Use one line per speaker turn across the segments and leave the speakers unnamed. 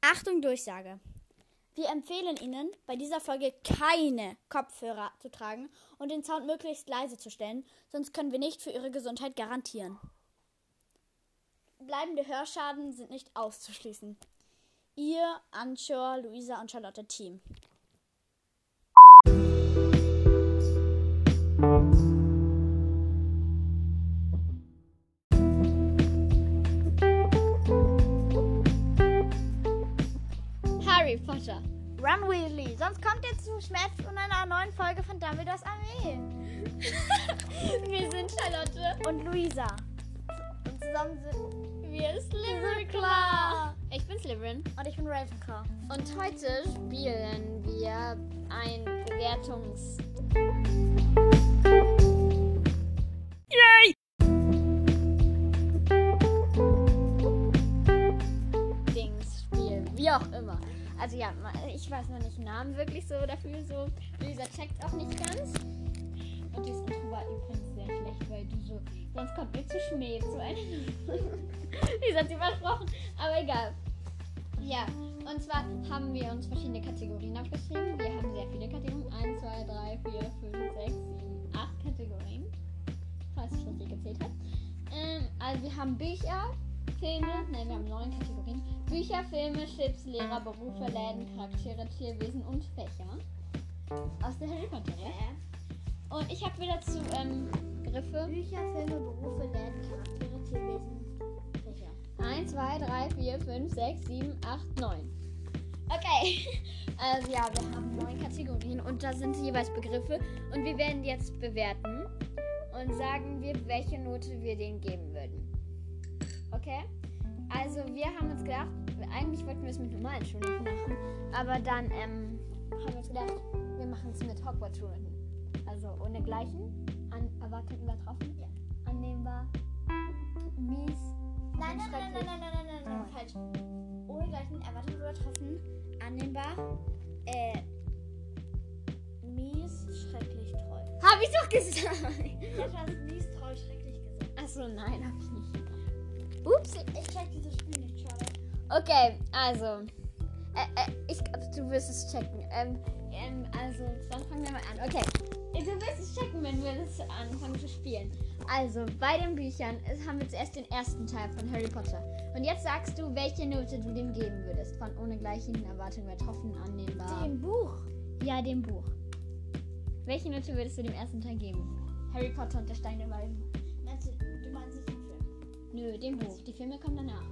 Achtung, Durchsage. Wir empfehlen Ihnen, bei dieser Folge keine Kopfhörer zu tragen und den Sound möglichst leise zu stellen, sonst können wir nicht für Ihre Gesundheit garantieren. Bleibende Hörschaden sind nicht auszuschließen. Ihr, Anschor, Luisa und Charlotte Team.
Harry Potter. Run Weasley, sonst kommt ihr zu Schmerz in einer neuen Folge von Dumbledores Armee.
Wir sind Charlotte
Und Luisa. Und zusammen sind
wir
wir klar.
Ich bin Slytherin.
Und ich bin Ravenclaw.
Und heute spielen wir ein Bewertungs... Yay! Dingsspiel, wie auch immer. Also ja, ma- ich weiß noch nicht den Namen wirklich so dafür so. Lisa checkt auch nicht ganz.
Und das Intro war übrigens sehr schlecht, weil du so. Sonst kommt mir zu Schmäh zu einem.
Lisa hat sie versprochen, aber egal. Ja, und zwar haben wir uns verschiedene Kategorien abgeschrieben. Wir haben sehr viele Kategorien. 1, 2, 3, 4, 5, 6, 7, 8 Kategorien. Falls ich richtig gezählt habe. Ähm, also wir haben Bücher, Filme, nein, wir haben neun Kategorien. Bücher, Filme, Chips, Lehrer, Berufe, Läden, Charaktere, Tierwesen und Fächer. Aus der Harry Potter, ja? Und ich habe wieder zu ähm, Griffe.
Bücher, Filme, Berufe, Läden, Charaktere, Tierwesen, Fächer.
1, 2, 3, 4, 5, 6, 7, 8, 9. Okay. Also ja, wir haben neun Kategorien und da sind jeweils Begriffe und wir werden jetzt bewerten und sagen wir, welche Note wir denen geben würden. Okay? Also wir haben uns gedacht, eigentlich wollten wir es mit normalen Schulnoten machen, aber dann ähm, haben wir uns gedacht, wir machen es mit Hogwarts-Schulnoten. Also ohne Gleichen, an, erwartet übertroffen, annehmbar, mies,
Nein, nein, nein, nein, nein, nein, nein, nein, nein,
Nein.
falsch. Ohne gleichen erwartet übertroffen, annehmbar, äh, mies, schrecklich, treu.
Hab ich doch gesagt.
Ich hab das mies, treu, schrecklich gesagt.
Achso, nein, hab ich nicht. Ups.
Ich check dieses Spiel nicht, schade.
Okay, also. Äh, äh, ich glaub, du wirst es checken. Ähm, ähm, also, dann fangen wir mal an. Okay. Äh, Du wirst es checken, wenn wir das anfangen zu spielen. Also, bei den Büchern ist, haben wir zuerst den ersten Teil von Harry Potter. Und jetzt sagst du, welche Note du dem geben würdest. Von ohne gleichen Erwartungen übertroffen, annehmbar.
Dem Buch.
Ja, dem Buch. Welche Note würdest du dem ersten Teil geben? Harry Potter und der Stein der Weisen.
Meinst du, du meinst nicht den Film?
Nö, dem Buch. Die Filme kommen danach.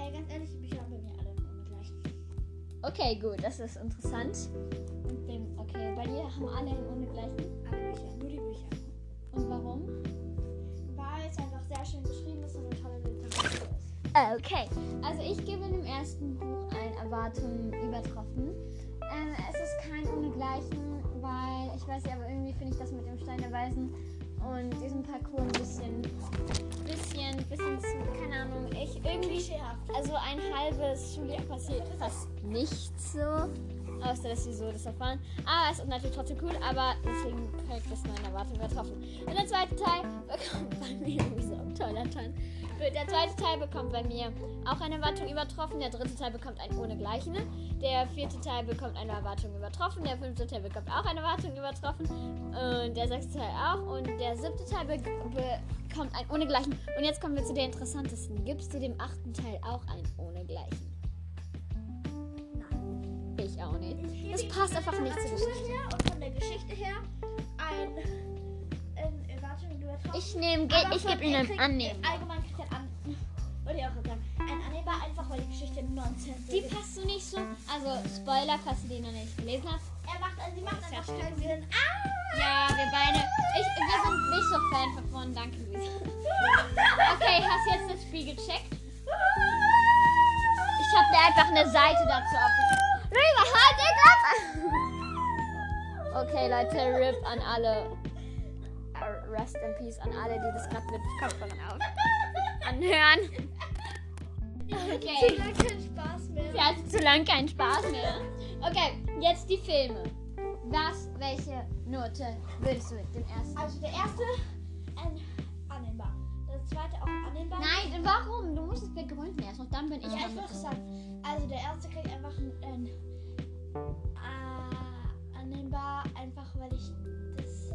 Äh, ganz ehrlich, die Bücher haben bei mir alle immer gleich.
Okay, gut, das ist interessant. Und dem, okay, bei dir haben alle einen ohnegleichen.
Alle Bücher, nur die Bücher.
Und warum?
Weil es einfach sehr schön geschrieben ist und eine tolle Literatur ist.
Okay, also ich gebe dem ersten Buch ein Erwartungen übertroffen. Ähm, es ist kein ohnegleichen, weil ich weiß ja, aber irgendwie finde ich das mit dem Stein der Weisen und diesem Parcours ein bisschen, bisschen, bisschen zu, keine Ahnung, ich irgendwie
Klischeehaft.
Also ein halbes Schuljahr passiert fast nichts so. Außer dass sie so das erfahren. Aber es ist natürlich trotzdem cool, aber deswegen kriegt das meine Erwartungen übertroffen. Und der zweite Teil bekommt bei mir, wieso toller Teil. Der zweite Teil bekommt bei mir auch eine Erwartung übertroffen. Der dritte Teil bekommt ein ohnegleichen. ne? Der vierte Teil bekommt eine Erwartung übertroffen. Der fünfte Teil bekommt auch eine Erwartung übertroffen. Und der sechste Teil auch. Und der siebte Teil be bekommt ein ohnegleichen. Und jetzt kommen wir zu der interessantesten. Gibst du dem achten Teil auch ein ohnegleichen?
Nein.
Ich auch nicht.
Ich
Das
gebe
passt
ihm
einfach
von
nicht zur
der Natur her und von der Geschichte her ein ähm, Erwartungen übertroffen.
Ich nehme
Aber
ich
von
gebe ihm
ihr
ein
kriegt-
Annehmen.
äh, Allgemein kriegt er an. Würde ich auch sagen. Ein Annehmen war einfach, weil die Geschichte Nonsens
Die
ist.
passt du nicht so. Also Spoiler, falls du den noch nicht gelesen hast.
Er macht, also, sie macht einfach schnell wieder ein Ah!
Ja, wir beide. Ich, wir sind nicht so Fan davon. Danke, Luisa. Okay, hast jetzt das Spiel gecheckt? Ich habe dir einfach eine Seite dazu abgegeben. Rüber, halt den Kopf! Okay, Leute, RIP an alle. Äh, Rest in Peace an alle, die das gerade mit Kopfhörern auf anhören. Okay.
Ich hab keinen Spaß mehr.
Ja, es ist zu lang kein Spaß mehr. Okay, jetzt die Filme. Was, welche Note würdest du dem ersten?
Also der erste ein annehmbar. Der zweite auch annehmbar.
Nein, warum? Du musst es begründen erst und dann bin ich
ja,
dran
ich
mit
würde sagen. Also der
der erste kriegt einfach ein, ein, äh, annehmbar, einfach weil ich das,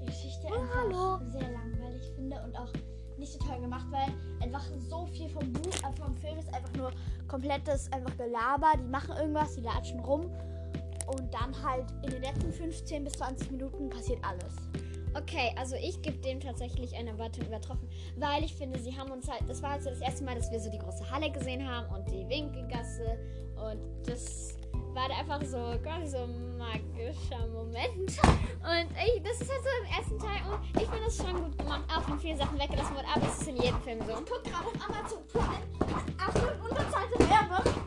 die Geschichte einfach sehr langweilig finde und auch nicht so toll gemacht, weil einfach so viel vom Buch, äh, vom Film ist einfach nur komplettes einfach Gelaber. Die machen irgendwas, die latschen rum und dann halt in den letzten 15 bis 20 Minuten passiert alles.
Okay, also ich gebe dem tatsächlich eine Erwartung übertroffen, weil ich finde, sie haben uns halt, das war halt so das erste Mal, dass wir so die große Halle gesehen haben und die Winkelgasse und das war da einfach so quasi so ein magischer Moment. Und ich, das ist halt so im ersten Teil und ich finde das schon gut gemacht, auch wenn viele Sachen weggelassen wurden, aber es ist in jedem Film so.
Ich guck gerade auf Amazon Prime, absolut unbezahlte Werbung.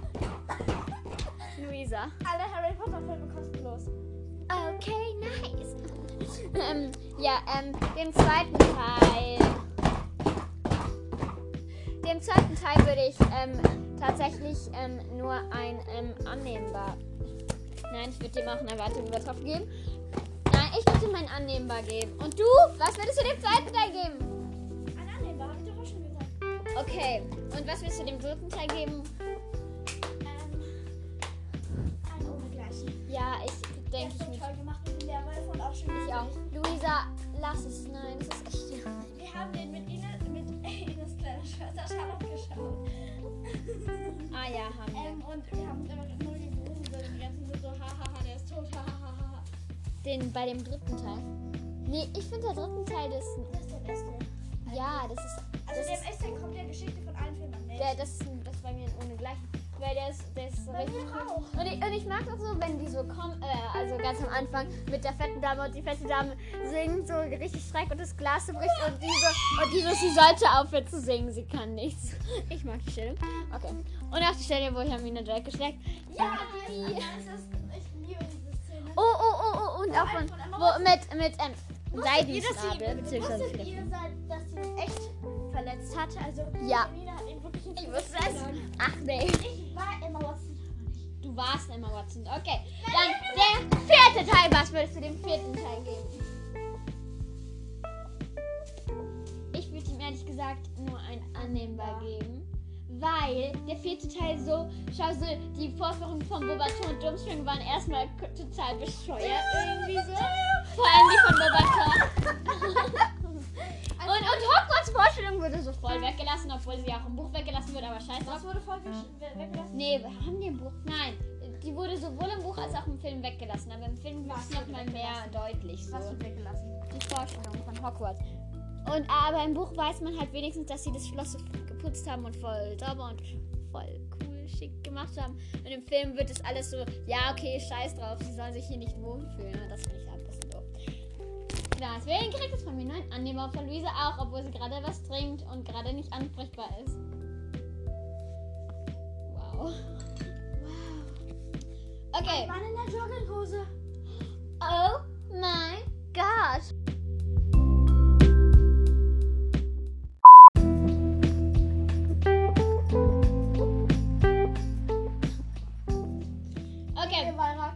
Luisa.
Alle Harry Potter Filme kostenlos.
Okay, nice. ähm, ja, ähm, dem zweiten Teil. Dem zweiten Teil würde ich ähm, tatsächlich ähm, nur ein ähm, annehmbar. Nein, ich würde dir auch eine Erwartung übertroffen geben. Nein, ich würde dir mein annehmbar geben. Und du? Was würdest du dem zweiten Teil geben?
Ein Annehmer, hab ich doch auch schon gesagt.
Okay. Und was würdest du dem dritten Teil geben?
Ähm,
Ähm,
ein Ohnegleichen.
Ja, ich
Der
denke
ist
ich
so
mit.
toll gemacht mit dem Werwolf und auch schon
Ich auch. Luisa, lass es. Nein, das ist echt.
Wir haben den mit Ines, mit Ines kleiner Schwester Charlotte geschaut.
Ah ja, haben wir.
Ähm, und wir haben uns immer nur die Buben so die ganzen sind so, hahaha, der ist tot, hahaha.
Den, bei dem dritten Teil. Nee, ich finde der dritten Teil das.
Das ist der beste.
Ja, das ist.
Also
Das
der
ist-
beste kommt der Geschichte von allen Filmen am
Der,
nächsten.
das, ist das ist bei mir ohne Gleichen. Weil der ist, der ist so
Bei
richtig.
mir auch.
Und ich, und ich mag das so, wenn die so kommen, äh, also ganz am Anfang mit der fetten Dame und die fette Dame singt so richtig schreck und das Glas so bricht und diese, und diese, sie sollte aufhören zu singen, sie kann nichts. Ich mag die Stelle. Okay. Und auch die Stelle, wo ich Hermine Drake geschleckt.
Ja, die ist, das ist, ich liebe diese Szene.
Oh, oh, oh, oh, und auch von, wo, mit, mit, ähm, Seidenschnabel, beziehungsweise
Wusstet ihr, seit- dass sie ihn echt verletzt hatte? Also,
Ja.
Nina hat ihn wirklich ins
Ich
Gesicht
wusste es.
geschlagen.
Ach nee.
Ich war Emma Watson. aber nicht.
Du warst Emma Watson. Okay. Dann der vierte Teil. Was würdest du dem vierten Teil geben? Ich würde ihm ehrlich gesagt nur ein annehmbar geben. Weil der vierte Teil so, schau so, die Vorführungen von Bobaton und Dummspring waren erstmal k- total bescheuert irgendwie so. Vor allem die von Bobaton. und, und Hogwarts Vorstellung wurde so voll weggelassen, obwohl sie auch im Buch weggelassen wird, aber scheiß drauf.
Das wurde voll gesch- we- weggelassen.
Nee, wir haben den Buch. Nein, die wurde sowohl im Buch als auch im Film weggelassen. Aber im Film war
Was
es noch mal
wird
mehr deutlich. So.
Was wird weggelassen?
Die Vorstellung von Hogwarts. Und aber im Buch weiß man halt wenigstens, dass sie das Schloss so geputzt haben und voll sauber und voll cool schick gemacht haben. Und im Film wird das alles so, ja okay, scheiß drauf, sie sollen sich hier nicht wohlfühlen. Und das finde ich ein bisschen doof. Deswegen kriegt es von mir nur ein Annehmer von Luisa auch, obwohl sie gerade was trinkt und gerade nicht ansprechbar ist. Wow. Wow. Okay.
Mann in der Jogginghose.
Oh my gosh. Okay.
Ihr Wallrack.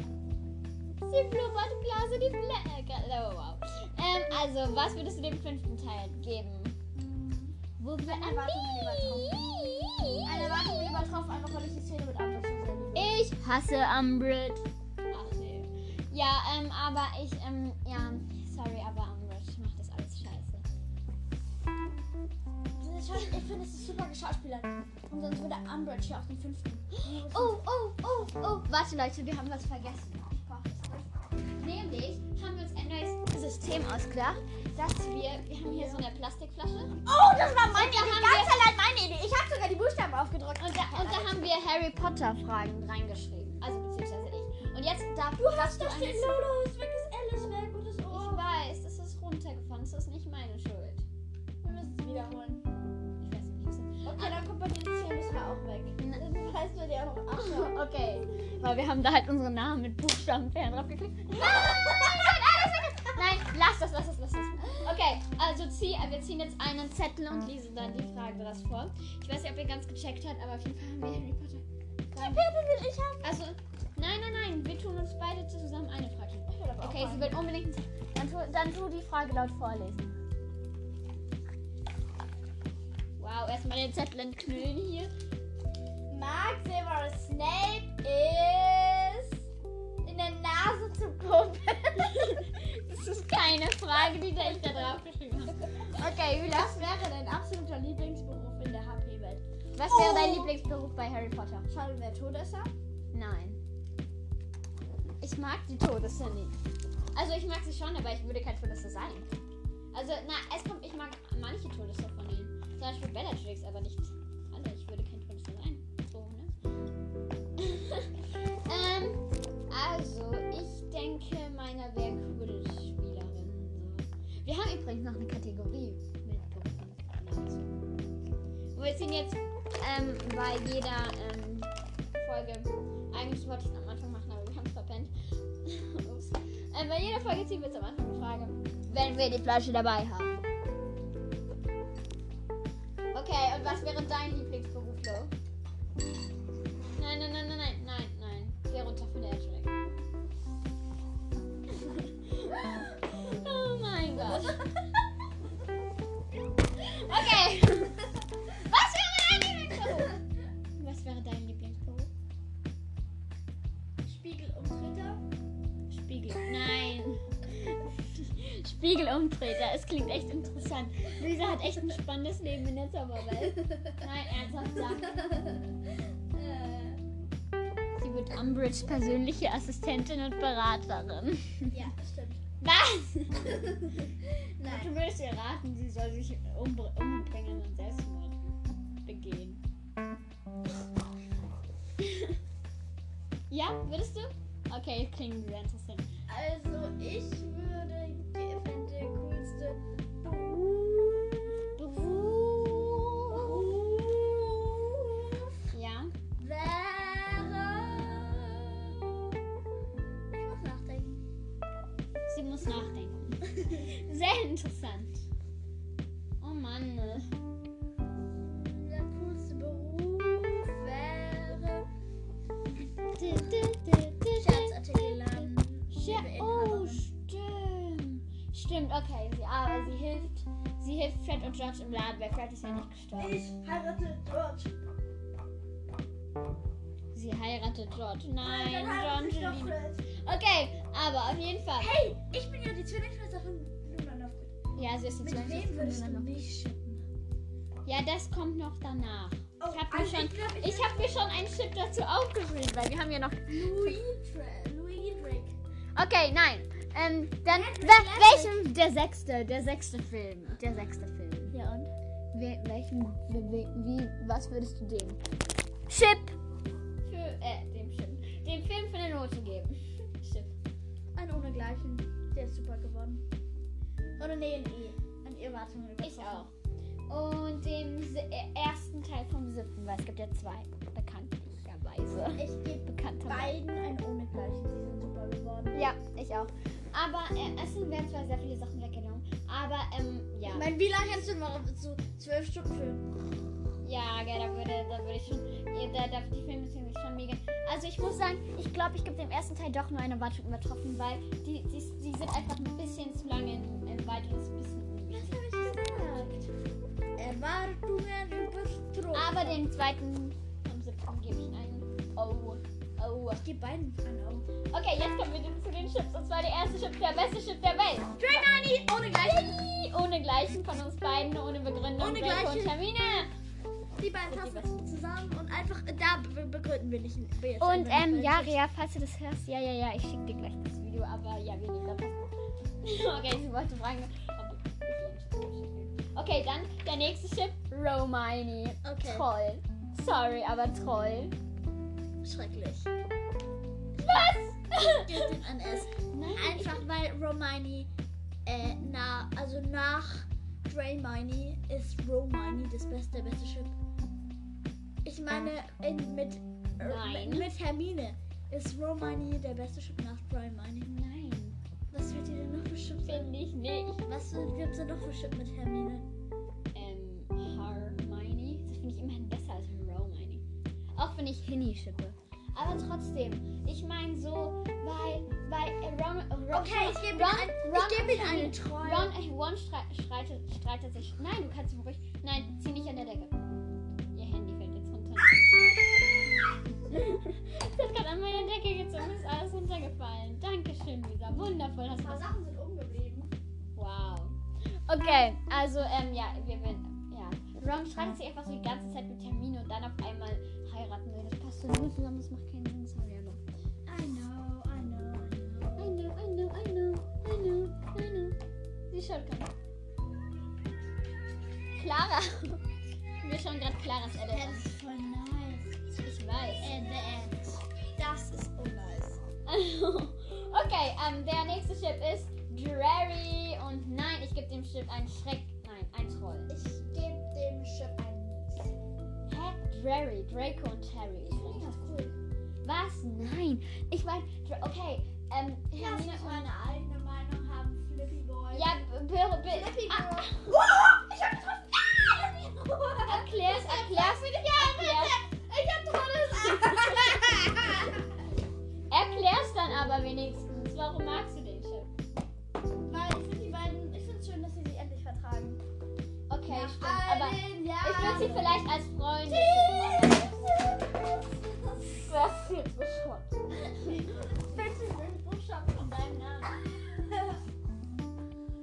Sie blubbert Blase, die Blä- äh, Gra- Oh, wow. Ähm, also, was würdest du dem fünften Teil geben? Wo wir am
Erwartung
liebsten-
Eine Wartung lieber drauf, einfach weil ich die Szene mit Amber schon sehr liebe.
Ich hasse Umbridge. Ach nee. Ja, ähm, aber ich, ähm, ja, sorry, aber Umbridge macht das alles scheiße.
Das ist schon- Ich finde, es ist super geschauspielert. Und sonst würde Umbridge hier auf den fünften.
Oh, oh, oh, oh. Warte, Leute, wir haben was vergessen. Nämlich haben wir uns ein neues System ausgedacht, dass wir, wir haben hier so eine Plastikflasche und
Oh, das war meine
Und da
Idee.
haben
Ganz allein meine Idee. Ich habe sogar die Buchstaben also aufgedruckt.
da, und da haben wir Harry Potter Fragen reingeschrieben. Also, beziehungsweise ich. Und jetzt darf,
Du hast doch den Oh.
Ich
Lolo ist weg, ist Alice weg und das Ohr.
weiß, das ist runtergefallen, das ist nicht meine Schuld.
Wir müssen es wiederholen.
Ich weiß nicht, was
Okay, dann kommt bei dir das Zähne, das war auch weg. Dann weißt du dir auch Ach,
Okay. Weil wir haben da halt unsere Namen mit Buchstaben fern drauf geklickt. Nein, nein, lass das, lass das, lass das. Okay, also zieh, wir ziehen jetzt einen Zettel und lesen dann die Frage daraus vor. Ich weiß nicht, ob ihr ganz gecheckt habt, aber auf jeden Fall haben wir Harry Potter.
Die Pferde will ich haben.
Also, nein, nein, nein, wir tun uns beide zusammen eine Frage. Okay, sie wird unbedingt. Dann tu, dann tu die Frage laut vorlesen. Wow, erstmal den Zettel entknüllen hier.
Mark Severus Snape ist in der Nase zu kuppeln.
Das ist keine Frage, die da ich da drauf geschrieben habe.
okay, Julia, was wäre dein absoluter Lieblingsberuf in der HP-Welt?
Was wäre dein Lieblingsberuf bei Harry Potter?
Schade, wer Todesser?
Nein. Ich mag die Todesser nicht. Also ich mag sie schon, aber ich würde kein Todesser sein. Also, na, es kommt, ich mag manche Todesser von ihnen. Zum Beispiel Bellatrix, aber nicht alle. Ich würde kein Todesser sein. So, ne? ähm, also, ich denke, meiner wäre Quidditch-Spielerin. So. Wir haben übrigens noch eine Kategorie mit Berufen. dazu. Wo wir sind jetzt ähm, bei jeder ähm, Folge. Eigentlich wollte ich es am Anfang machen, aber wir haben es verpennt. Ups. Ähm, bei jeder Folge ziehen wir jetzt am Anfang eine Frage. Wenn wir die Flasche dabei haben. Okay, und was wäre dein Lieblingsberuf, Lo? Nein, nein, nein, nein, nein, nein, nein. Geh runter von der Track. oh mein Gott. Okay. Was wäre dein Lieblingsberuf? Was wäre dein Lieblingsberuf?
Spiegelumtreter?
Spiegel. Nein. Spiegelumtreter. Es klingt echt interessant. Luisa hat echt ein spannendes Leben in der Zauberwelt. Nein, ernsthaft sag.
Äh,
Sie wird Umbridge persönliche Assistentin und Beraterin.
ja, stimmt.
Was?
Nein.
Du würdest ihr raten, sie soll sich umbr- umbringen und Selbstmord begehen. ja, würdest du? Okay, klingt sehr interessant.
Also ich würde fände der coolste Beruf, Beruf
Ja.
wäre. Ich
Sie muss
muss nachdenken.
nachdenken. Sehr interessant. Oh Mann.
Der coolste Beruf wäre Scherzartikerin.
Scher oh, stimmt. Stimmt, okay. Sie, aber sie hilft. Sie hilft Fred und George im Laden, weil Fred ist ja nicht gestorben.
Ich heirate George.
Sie heiratet George.
Dann
Nein,
heirate ich
George
doch
liebt.
Fred.
Okay, aber auf jeden Fall.
Hey, ich bin ja die Zwillingsschwester von Luna Lovegood.
Ja, sie ist die
Mit
zweite
wem
von
würdest du
Luna Lovegood.
mich schippen?
Ja, das kommt noch danach.
Oh,
Ich hab mir
also
schon,
glaub,
ich
würd-
hab mir schon einen Chip dazu aufgeschrieben, weil wir haben ja noch.
Louis, Dra- Louis Drake.
Okay, nein. Ähm, dann
Wer-
wel- welchen? Der sechste, der sechste Film, der sechste Film.
Ja, und?
We, welchen? we- we- wie? Was würdest du dem? Chip. Für äh dem Chip. Dem Film für eine Note geben. Chip.
Ein ohnegleichen. Der ist super geworden. Oder nee, ein E. An Erwartungen
Ich auch. Und dem si- äh, ersten Teil vom siebten, weil es gibt ja zwei, bekanntlicherweise.
Ich gebe
Bekannterweise.
beiden ein ohnegleichen. Die sind super geworden.
Ja, ich auch. Aber äh, es sind wir haben zwar sehr viele Sachen weggenommen, aber ähm, ja.
Ich meine, wie lange kannst du noch zu zwölf Stunden filmen?
Ja, gell, da würde, da würde ich schon. ja, Da, da, die Filme sind schon mega. Also ich muss sagen, ich glaube, ich gebe dem ersten Teil doch nur eine Erwartung übertroffen, weil die, die, die sind einfach ein bisschen zu lange im, im Wald und es ist ein bisschen
Das
unüblich.
habe ich gesagt. Erwartungen überstroh.
Aber den zweiten vom siebten gebe ich einen. Oh. Oh.
ich gebe beiden ein O.
Okay, jetzt kommen wir zu den Chips. Und zwar der erste Chip, der beste Chip der Welt.
Dragonani ohnegleichen.
Yay! Ohne Gleichen von uns beiden, ohne Begründung.
Ohne
Draco
Gleichen.
Und Termine.
Die beiden passen zusammen und einfach da be- begründen wir nicht. wir jetzt
Und
einfach
ähm,
nicht
ja,
beide.
Rea, falls du das hörst, ja, ja, ja, ich schicke dir gleich das Video, aber ja, wir nehmen da was. Okay, sie wollte fragen. ob ich- ich ihr einen Chip schicke. Okay, dann der nächste Chip, Romani.
Okay.
Troll. Sorry, aber Troll.
Schrecklich.
Was?
Gib dem ein S.
Nein,
Einfach weil Romani äh, na, also nach Draymini ist Romani das beste, der beste Chip. Ich meine, in, mit, äh,
Nein.
mit, mit Hermine ist Romani der beste Chip nach Draymini.
nein,
Was wird dir denn noch für Chips?
finde ich nicht.
Was gibt's denn noch für Chip mit Hermine?
Ähm, Hermione. Das finde ich immerhin besser als Romani. Auch wenn ich Hinny schippe. Aber trotzdem, ich meine so, weil, weil äh, Rom,
Okay, ich gebe ihm
Ron-
ein-
Ron-
ich geb ihm einen Troll.
Ron, äh, Ron streit, streitet, streitet sich. Nein, du kannst ruhig. Nein, zieh nicht an der Decke. Ihr Handy fällt jetzt runter. das hat gerade an meiner Decke gezogen, ist alles runtergefallen. Dankeschön, Lisa. Wundervoll hast
Ein
du
paar
das.
Sachen sind umgeblieben.
Wow. Okay, also, ähm, ja, wir werden. Ja. Ron streitet sich einfach so die ganze Zeit mit Termine und dann auf einmal heiraten will. Das passt so nur zusammen, das macht keinen Sinn. Sorry, aber.
I know, I know, I know.
I know, I know, I know, I know, I know. Sie schaut gerade. Clara. Wir schauen gerade Claras Edit
Das
an.
ist voll nice.
Ich weiß.
At the end. Das ist unnice.
Also, okay, ähm, der nächste Chip ist Drary. Und nein, ich gebe dem Chip einen Schreck. Nein, ein Troll.
Ich gebe dem Chip ein Nies.
Hä? Drary, Draco und Terry.
Ich finde das cool.
Was? Nein. Ich meine, okay, ähm,
Lass
Hermine
mich
und...
meine eigene Meinung haben, Flippy Boy.
Ja, Bill, Bill.
Flippy
Ah,
Boy. Oh, ich hab getroffen. Ah, lass mich in Ruhe.
erklär's, erklär's. Erklär's.
Ich hab tolles
Erklär's dann aber wenigstens. Warum magst du den Chip?
Weil ich finde die beiden, ich finde es schön, dass sie sich endlich vertragen.
Okay,
Nach
stimmt. Aber
allen
ich würde sie
Jahren.
vielleicht als Freundin. Das jetzt bescheuert.
Bitte den Buchstaben von deinem Namen.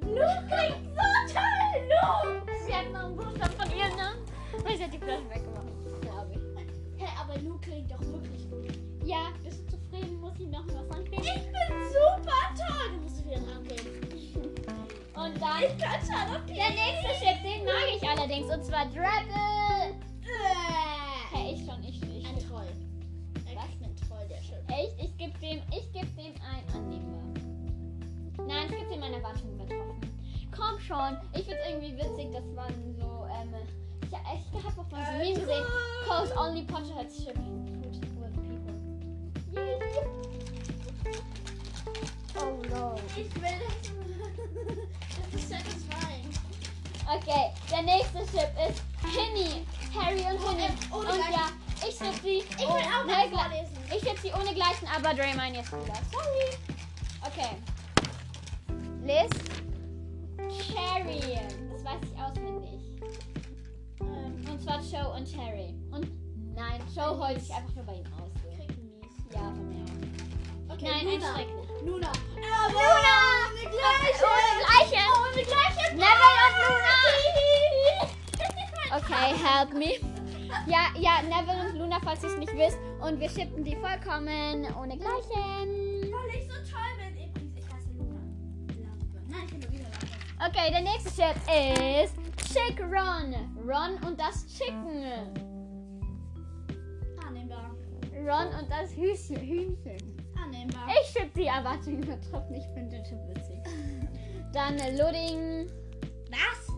Luke klingt so toll! Luke! Sie hat noch einen Buchstaben von ihrem Namen. Weil sie hat die Flasche weggemacht, glaube ich.
Hä, aber Lu klingt doch wirklich gut.
Ja, bist du zufrieden? Muss ich noch was anklicken?
Ich bin super toll. Du musst wieder dran gehen.
Und dann. Ich kann schon, okay. Der nächste Chip, den mag ich allerdings. Und zwar Drabble.
Äh.
Hey, ich schon, ich schon. Ich
Ein
schon.
Troll. Was ist ein Troll, der schön.
Echt? Ich geb dem, ich geb dem ein Annehmer. Nein, es gibt ihm meine Erwartungen übertroffen. Komm schon, ich find's irgendwie witzig, dass man so, ähm, ich, ich hab auch mal
Äh,
so ein Meme gesehen. Cause only Potterheads ship food with people. Yay. Oh no.
Ich will das. Das ist satisfying.
Okay, der nächste Chip ist Ginny. Harry und Ginny.
Oh,
Und
oh,
ja, ich schipp sie.
Ich will auch
ne,
mal
gla-
vorlesen.
Ich schipp sie ohne gleichen, aber Draymond jetzt wieder. Sorry. Okay.
Les.
Cherry. Das weiß ich auswendig.
Ähm,
Und zwar Joe und Terry. Und nein, Joe heult sich einfach nur bei ihm aus. so.
krieg mies.
Ja, von mir aus.
Okay,
Nein, ein
Luna.
Schreck nicht.
Luna.
Luna! Ohne gleiche! Ohne gleiche! Ohne gleiche! Neville und Luna! Okay, help me. Ja, ja, Neville und Luna, falls ihr es nicht wisst. Und wir schippen die vollkommen ohne gleichen.
Weil ich so toll bin. Übrigens, ich hasse Luna. Lampe. Nein, ich bin nur wieder Lampe.
Okay, der nächste Chip ist Chick Ron. Ron und das Chicken.
Annehmbar.
Ron und das Hühnchen. Hühnchen.
Annehmbar.
Ich schipp die Erwartungen übertroffen. Ich finde den Chip witzig. Dann äh, Ludding,
Was?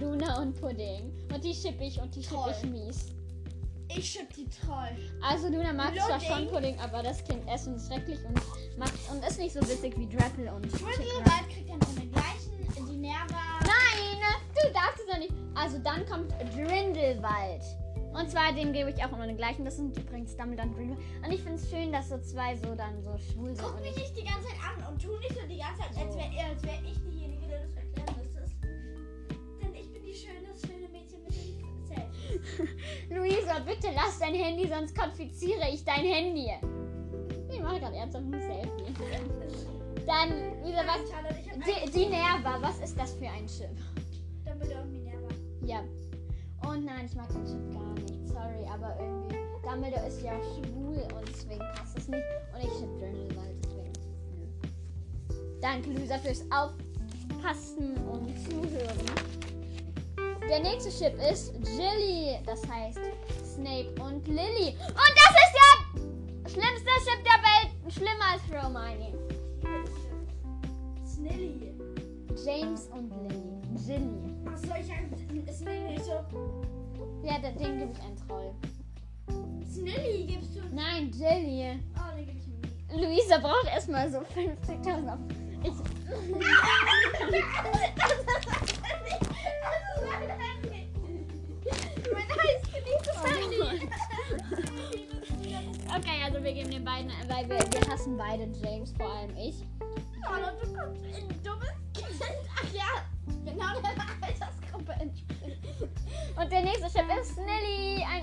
Luna und Pudding. Und die schipp ich und die schipp
Toll.
ich mies.
Ich schipp die Troll.
Also Luna mag zwar
Ludding.
schon Pudding, aber das Kind essen ist schrecklich und macht und ist nicht so witzig wie Drapple und
Tricky,
Chicken.
bald kriegt er noch den gleichen. Die Nerva.
Nein, du darfst es doch nicht. Also dann kommt Grindelwald. Und zwar dem gebe ich auch immer den gleichen. Das sind übrigens Dumbledore und Grindelwald. Und ich finde es schön, dass so zwei so dann so schwul sind.
Guck
und
mich
nicht-
nicht die ganze Zeit an und tu nicht so die ganze Zeit, als wäre als wär ich diejenige, der das erklären müsste. Denn ich bin die schöne, das schöne Mädchen mit dem Zelt.
Luisa, bitte lass dein Handy, sonst konfisziere ich dein Handy. Ich mache gerade ernsthaft ein Selfie. Dann, Luisa, was?
Charlotte, ich hab
Di- Dinerva, was ist das für ein Chip?
einen Dumbledore und Minerva.
Ja. Und nein, ich mag den Chip gar nicht. Sorry, aber irgendwie. Dumbledore ist ja schwul und deswegen passt es nicht. Und ich chip Grindelwald, deswegen. Nö. Danke, Luisa, fürs Aufpassen und Zuhören. Der nächste Chip ist Jilly. Das heißt Snape und Lily. Und das ist der schlimmste Chip der Welt. Schlimmer als Romani.
Snilly.
James und Lily. Jilly.
Achso, ich hab Snilly. Ich so,
Ja, den gebe ich einen Troll.
Snilly gibst du.
Nein, Jilly.
Oh, den geb ich mir.
Luisa braucht erstmal so 50.000 auf. Ich, okay, also wir geben den beiden, weil wir, wir hassen beide James, vor allem ich.
bekommt ein dummes Kind. Ach ja, genau der Altersgruppe entspricht.
Und der nächste Chef ist Nelly. Ein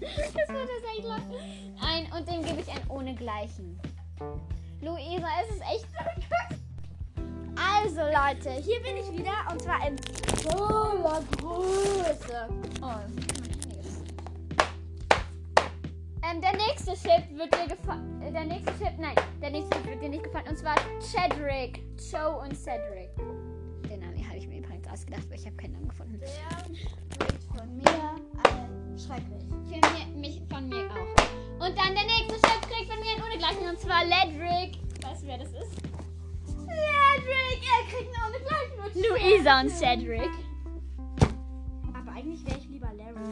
das wird das echt lang. Ein, und dem gebe ich ein ohnegleichen. Luisa, es ist echt.
Also Leute, hier bin ich wieder und zwar in voller Größe.
Oh, Ähm, der nächste Chip wird dir gefallen. Äh, Der nächste Chip, nein, der nächste Chip wird dir nicht gefallen. Und zwar Chadrick, Joe und Cedric. Den Namen habe ich mir übrigens ausgedacht, aber ich habe keinen Namen gefunden.
Der wird von mir Äh, ein schrecklich.
Für mir, mich, von mir auch. Und dann der nächste Chef kriegt von mir einen Ohnegleichen und zwar Ledric. Weißt du, wer das ist?
Cedric, er kriegt einen Ohnegleichen. und
Luisa und Cedric.
Aber eigentlich wäre ich lieber Larry.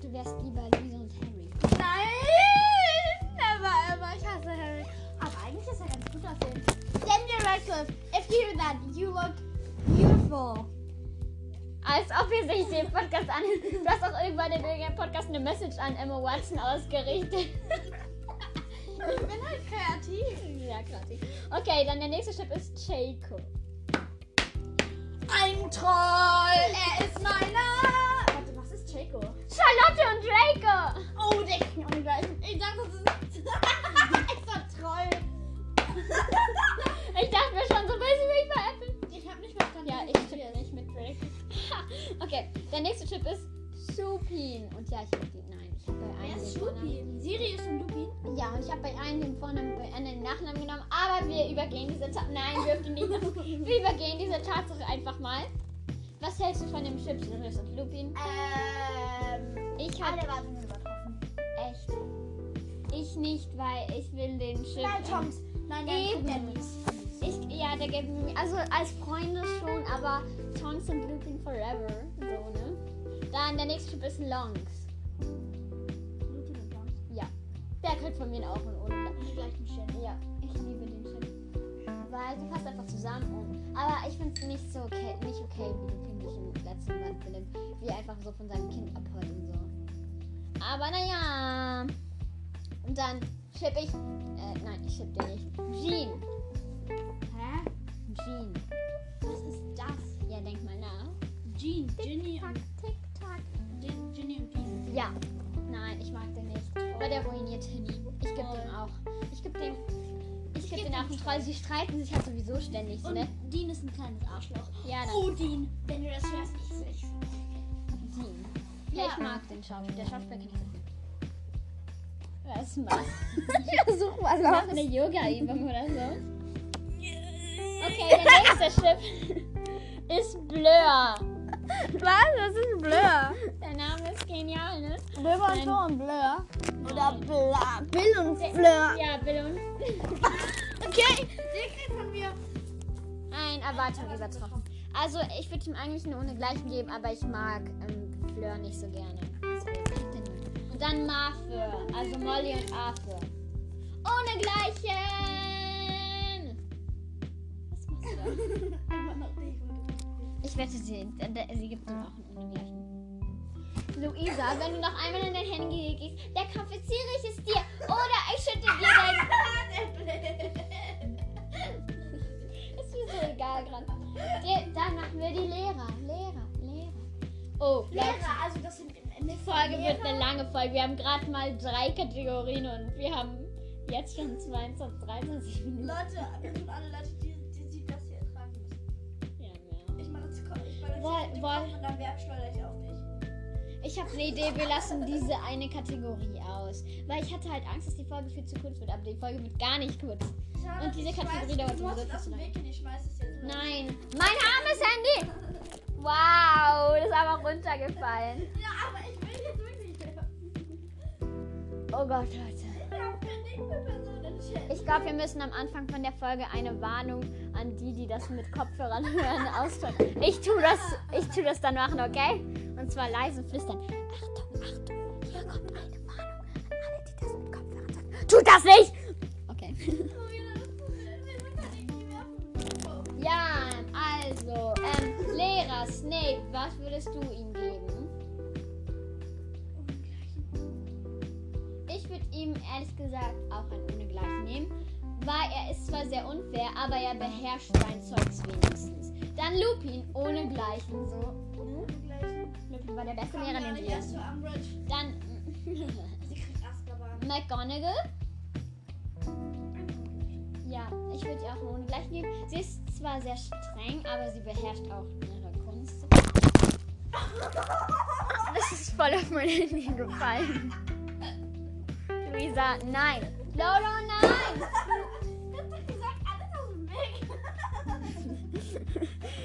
Du wärst lieber Luisa und Harry.
Nein! Never ever, ich hasse Harry. Aber eigentlich ist er ganz gut aussehen. Daniel Radcliffe, if you hear that, you look beautiful.
Als ob ihr sich den Podcast an. Du hast auch irgendwann in irgendeinem Podcast eine Message an Emma Watson ausgerichtet.
Ich bin halt kreativ.
ja, quasi. Okay, dann der nächste Chip ist Jaco.
Ein Troll, er ist meiner. Warte, was ist Chaco?
Charlotte und Draco!
Oh, der kriegt einen Ohnegleichen. Ich dachte, das ist extra Troll.
Ich dachte mir schon, so willst du mich veräppeln?
Ich hab nicht verstanden.
Ja, ich tippe nicht mit Drake. Ha, okay, der nächste Chip ist Supin. Und ja, ich hab die. Nein, ich hab bei einem.
Wer ist
den Vornamen-
Lupin? Sirius und Lupin?
Ja, und ich hab bei einem den Vornamen, bei einem den Nachnamen genommen. Aber wir übergehen diese Tatsache. Nein, wir dürfen nicht. wir übergehen diese Tatsache einfach mal. Was hältst du von dem Chip Sirius und Lupin?
Ähm,
Ich hab
alle Erwartungen übertroffen.
echt. Ich nicht, weil ich will den Chip.
Nein, Toms. Nein, nein,
Eben.
Dennis.
Ich, ja, der gäbe mir, also als Freunde schon, aber Tongs und Lupin forever, so, ne? Dann der nächste Typ ist Longs.
Lupin und Toms.
Der kriegt von mir auch einen ohne.
Die gleichen Stellen.
Ja, ich liebe den Typ. Weil sie passt einfach zusammen und, aber ich find's nicht so okay, nicht okay, wie Lupin sich im letzten Band benimmt, wie er einfach so von seinem Kind abholt und so. Aber naja. Und dann schipp ich, äh, nein, ich schipp den nicht. Jean.
Hä?
Jean.
Was ist das?
Ja, denk mal nach.
Jean, Ginny
Tack, tick, tack.
Gin, Ginny und Bean.
Ja. Nein, ich mag den nicht. Weil der ruiniert Tilly. Ich geb dem auch. Ich geb dem. Ich geb den auch einen Troll. Sie streiten sich halt sowieso ständig, so,
Und
ne?
Dean ist ein kleines Arschloch.
Ja, dann.
Oh, Dean. Wenn du das hörst, ich sehe
Dean. Ja, ich mag den Schauspieler. Der Schauspieler kann ich nicht. Was macht?
Such mal
Mach eine Yoga-Übung oder so. Okay, der nächste Chip ist Blur.
Was? Das ist Blur.
Der Name ist genial, ne?
Bill und
Nein.
Tor und Blur. Oder Blur. Bill und Blur.
Ja, Bill und
Okay.
Der kriegt von mir.
Ein Erwartung übertroffen. Also ich würde ihm eigentlich nur ohne Gleichen geben, aber ich mag ähm, Fleur nicht so gerne. Und dann Martha, also Molly und Arthur. Ohne Gleichen! Was machst du da?
Immer noch dich.
Ich wette, sie, äh, sie gibt ihm auch einen ohne Gleichen. Luisa, wenn du noch einmal in dein Handy gehst, dann konfisziere ich es dir oder ich schütte dir dein Ist mir so egal gerade. Die- Dann machen wir die Lehrer. Lehrer, Lehrer. Oh, Leute,
Lehrer, also das sind eine
die Folge wird eine lange Folge. Wir haben gerade mal drei Kategorien und wir haben jetzt schon 22, 23 Minuten.
Leute, wir sind alle Leute, die, die, die das hier ertragen müssen.
Ja, mehr.
Ich mache das Kopf. Ich mache das
Woll-
Kopf
woll-
und dann werfschleuder ich auf dich.
Ich habe eine Idee, wir lassen diese eine Kategorie aus. Weil ich hatte halt Angst, dass die Folge viel zu kurz wird, aber die Folge wird gar nicht kurz.
Schade,
Und diese
ich
Kategorie
schmeiß-
dauert
du
sowieso
hast es aus dem
viel
Weg hin, ich schmeiß es jetzt.
Nein. Mein armes Handy! Wow, das ist aber runtergefallen.
Ja, aber ich will jetzt wirklich mehr.
Oh Gott, Leute.
Ich hab für nächste Person entschieden.
Ich glaube, wir müssen am Anfang von der Folge eine Warnung an die, die das mit Kopfhörern hören, austauschen. Ich tue das, ich tu das dann machen, okay? Und zwar leise flüstern. Achtung, Achtung, hier kommt eine Warnung an alle, die das mit Kopfhörern sagen. Tut das nicht! Okay.
Oh, ja, das ist so schön. Wir müssen halt irgendwie werfen.
Ja, also, ähm, Lehrer, Snape, was würdest du ihm geben? Ich würde ihm ihm ehrlich gesagt auch ein Ohnegleich nehmen, weil er ist zwar sehr unfair, aber er beherrscht sein Zeugs wenigstens. Dann Lupin ohne Gleichen so. Lupin war der beste Lehrer, den sie hatten.
Umbridge.
Dann
Sie kriegt Azkaban.
McGonagall. Ja, ich würde ihr auch einen Ohnegleichen geben. Sie ist zwar sehr streng, aber sie beherrscht auch ihre Kunst.
Das ist voll auf mein Handy gefallen. Luisa, nein.
Lolo, nein!
Ich hab gesagt, alles aus dem Weg.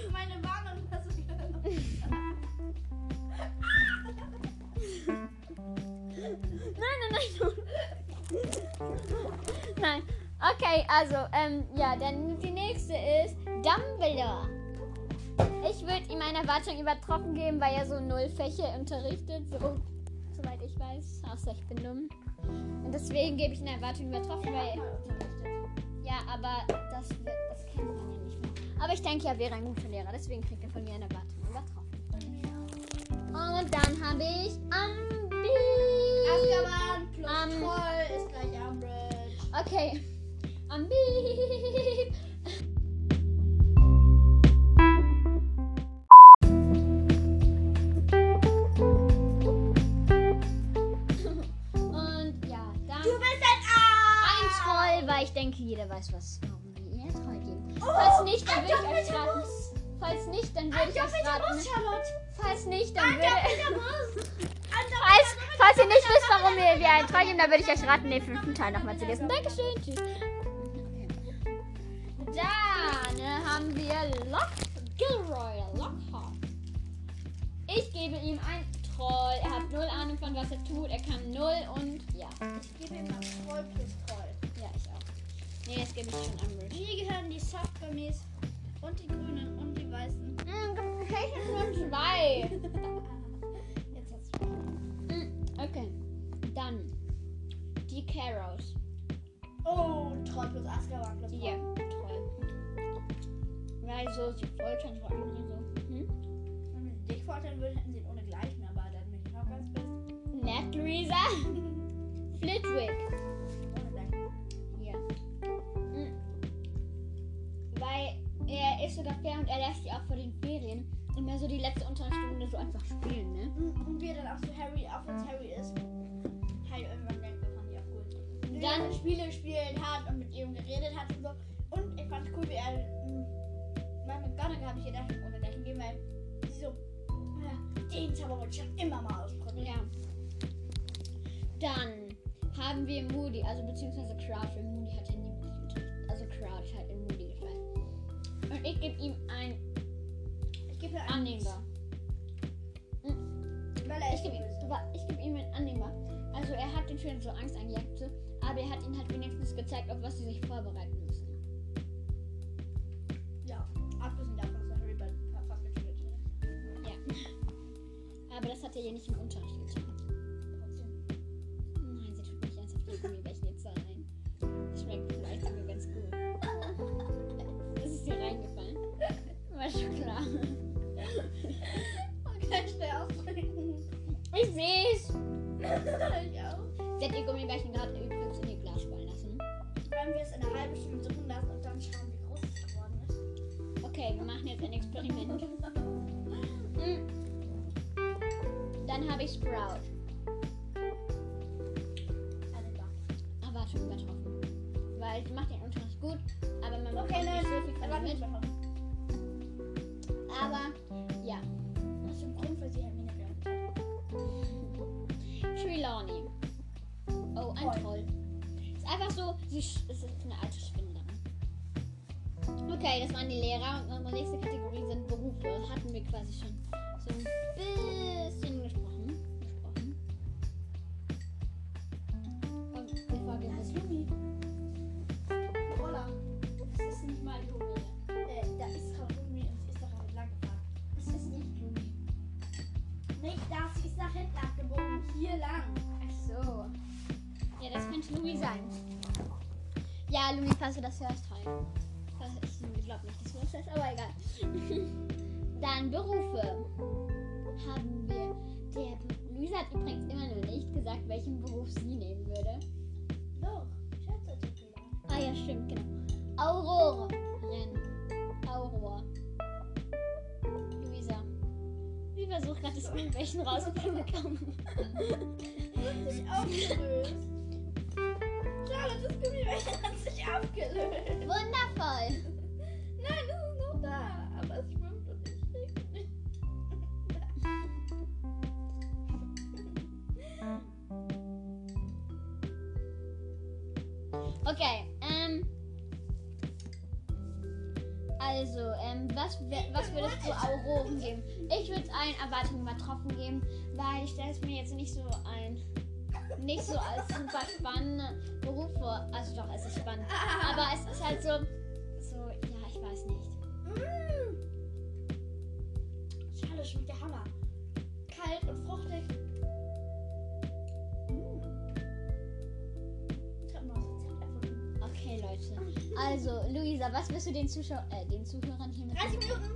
Meine Warnung versucht.
Nein, nein, nein. nein. Okay, also, ähm, ja, dann die nächste ist Dumbledore. Ich würde ihm meine Erwartung übertroffen geben, weil er so null Fächer unterrichtet, so, soweit ich weiß. Außer ich bin dumm. Und deswegen gebe ich eine Erwartung übertroffen, weil. Ja, aber das, wird- das kennt man ja nicht mehr. Aber ich denke, er wäre ein guter Lehrer, deswegen kriegt er von mir eine Erwartung übertroffen. Und dann habe ich Ambi.
Azkaban plus
Ähm.
voll ist gleich Umbridge.
Okay. Am Beep. Und ja, dann
Du bist ein A!
ein Troll, weil ich denke, jeder weiß, was warum wir ihr Troll geben. Falls nicht, dann
Oh, ein
würde ich euch
doppelter
raten.
Bus.
Falls nicht, dann würde
Ein
ich euch
doppelter
raten.
Bus, Charlotte.
Falls nicht, dann
Ein
würde
doppelter Bus. Ein
Falls,
doppelter Bus.
falls ihr nicht wisst, warum wir wir einen Treu geben, dann würde ich euch raten, den fünften Teil nochmal zu lesen.
Dankeschön, tschüss. Dann äh, haben wir Lock Gilroy Lockhart. Ich gebe ihm ein Troll. Er hat null Ahnung von was er tut. Er kann null und ja,
Ich gebe ihm mal Troll plus Troll.
ja ich auch. Nee, jetzt gebe ich schon Umbridge.
Mir gehören die Softgummies und die grünen und die weißen.
Nur zwei.
Jetzt hat's
Hm, Okay, dann die Carrows.
Oh, Troll plus Azkaban plus Troll.
Ja, Troll. Weil so sie foltern so andere so. Hm?
Wenn wir dich foltern würden, hätten sie ihn ohne Gleichen, aber dann bin ich noch ganz bist.
Ned Lisa. Flitwick.
Ohne Gleichen.
Ja. Mhm. Weil er ist sogar fair und er lässt sie auch vor den Ferien immer so die letzte Unterrichtsstunde so einfach spielen, ne?
Und wir dann auch zu Harry, auch wenn es Harry ist. Harry irgendwann denkt, wir fanden die auch cool. Und
Dann-
dann Spiele spielen hat und mit ihm geredet hat und so. Und ich fand cool, wie er. ähm, Bei McGonagall habe ich gedacht, ohne Gleichen gehen, weil sie so. "Ah, Den Zauber wollte ich schon immer mal ausprobieren.
Ja. Dann haben wir Moody, also beziehungsweise Crouch, weil Moody hat ja nie wirklich unterrichtet. Also Crouch hat in Moody gefallen. Und ich gebe ihm ein
Ich gebe ihm einen.
Annehmbar.
Weil er
Ich
ist
gebe ihm,
böse.
wa- ich geb ihm ein Annehmbar. Also er hat den Schülern so Angst eingejagt, so, aber er hat ihnen halt wenigstens gezeigt, auf was sie sich vorbereiten müssen.
Ja, abgesehen davon, dass Harry bei fast getötet wurde.
Ja. Aber das hat er ja nicht im Unterricht getan.
Trotzdem.
Nein, sie tut nicht ernsthaft die Gummibärchen jetzt da rein. Das schmeckt vielleicht sogar ganz gut. Ist es dir reingefallen? War schon klar. Oh,
Man kann schnell ausdrücken.
Ich seh's!
ich auch.
Sie hat ihr Gummibärchen gerade übrigens in ihr Glas fallen lassen.
Wollen wir es in einer halben Stunde drin lassen und dann schauen, wie groß es geworden ist?
Okay, wir machen jetzt ein Experiment. Hm. Dann habe ich Sprout. Also Erwartung übertroffen. Ah, Weil sie macht den Unterricht gut, aber man
Okay,
bekommt
nein,
nicht so viel von ihr
erwartet
mit.
mal.
Aber ja.
Was für ein Grund für sie Hermine werden?
Trelawney. Oh, ein
Toll.
Troll. Ist einfach so, sie sch- es ist eine alte Schwinderin. Okay, das waren die Lehrer und unsere nächste Kategorie sind Berufe. Hatten wir quasi schon so ein bisschen gesprochen. gesprochen. Und die Frage
Das
ist,
ist Lumi. Roller.
es ist nicht mal Lumi.
Äh, da ist doch Lumi und sie ist doch auch lang gefahren.
Es ist nicht Lumi.
Nicht da, sie ist nach hinten abgebogen. Hier lang.
Ach so. Ja, das könnte Lumi sein. Ja, Lumi, falls du das hörst, halt. Ich glaube nicht, dass du das hörst, aber egal. Dann Berufe. Haben wir. Der Luisa hat übrigens immer noch nicht gesagt, welchen Beruf sie nehmen würde. stimmt, genau. Aurora. Rennen. Aurora. Luisa. Sie versucht gerade, das Irgendwelchen rauszubekommen.
sich aufgelöst. Charlotte, das Gummibärchen hat sich aufgelöst.
Wundervoll.
Nein, das ist noch da. Aber es schwimmt und ich krieg's nicht.
Okay, ähm. Also, ähm, was, wär- was würdest du Auroren geben? Ich würde allen Erwartungen übertroffen geben, weil ich stelle es mir jetzt nicht so ein. Nicht so als super spannenden Beruf vor. Also doch, es ist spannend. Aber es ist halt so. So, ja, ich weiß nicht.
Mmh. Schale schmeckt der Hammer. Kalt und fruchtig. Mm. Mmh. Treppenhaus Rezept erfunden.
Okay, Leute. Also, Luisa, was wirst du den Zuschau äh, den Zuhörern hier mit?
30 Minuten.